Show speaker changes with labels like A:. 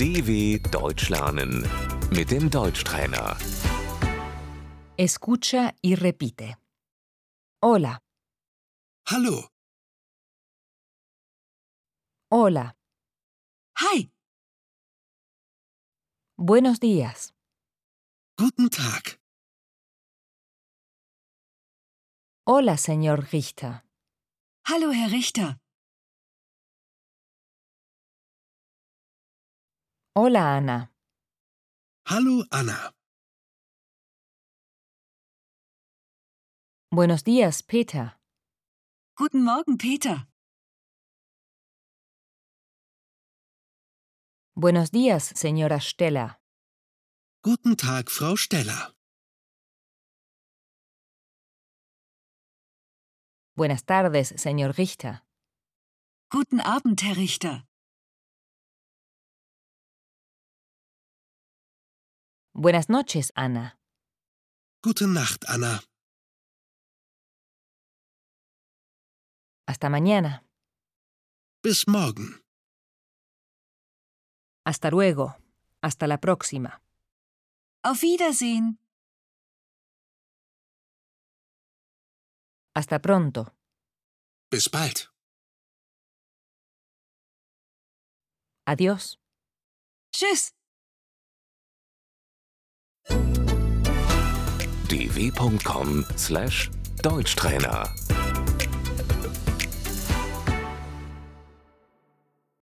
A: DW Deutsch lernen mit dem Deutschtrainer.
B: Escucha y repite. Hola,
C: Hallo,
B: hola,
D: Hi,
B: buenos días,
C: guten Tag.
B: hola, señor Richter,
D: hallo Herr Richter.
B: hola, Ana,
C: Hallo Anna.
B: buenos días, Peter,
D: Guten Morgen, Peter.
B: buenos días, señora Steller,
C: Guten Tag, Frau Steller.
B: buenas tardes, señor Richter,
D: Guten Abend, Herr Richter.
B: buenas noches, Ana,
C: Gute Nacht, Anna.
B: hasta mañana,
C: Bis morgen.
B: hasta luego, hasta la próxima.
D: Auf Wiedersehen.
B: Hasta pronto.
C: Bis bald.
B: Adiós.
D: Tschüss.
A: dw.com/deutschtrainer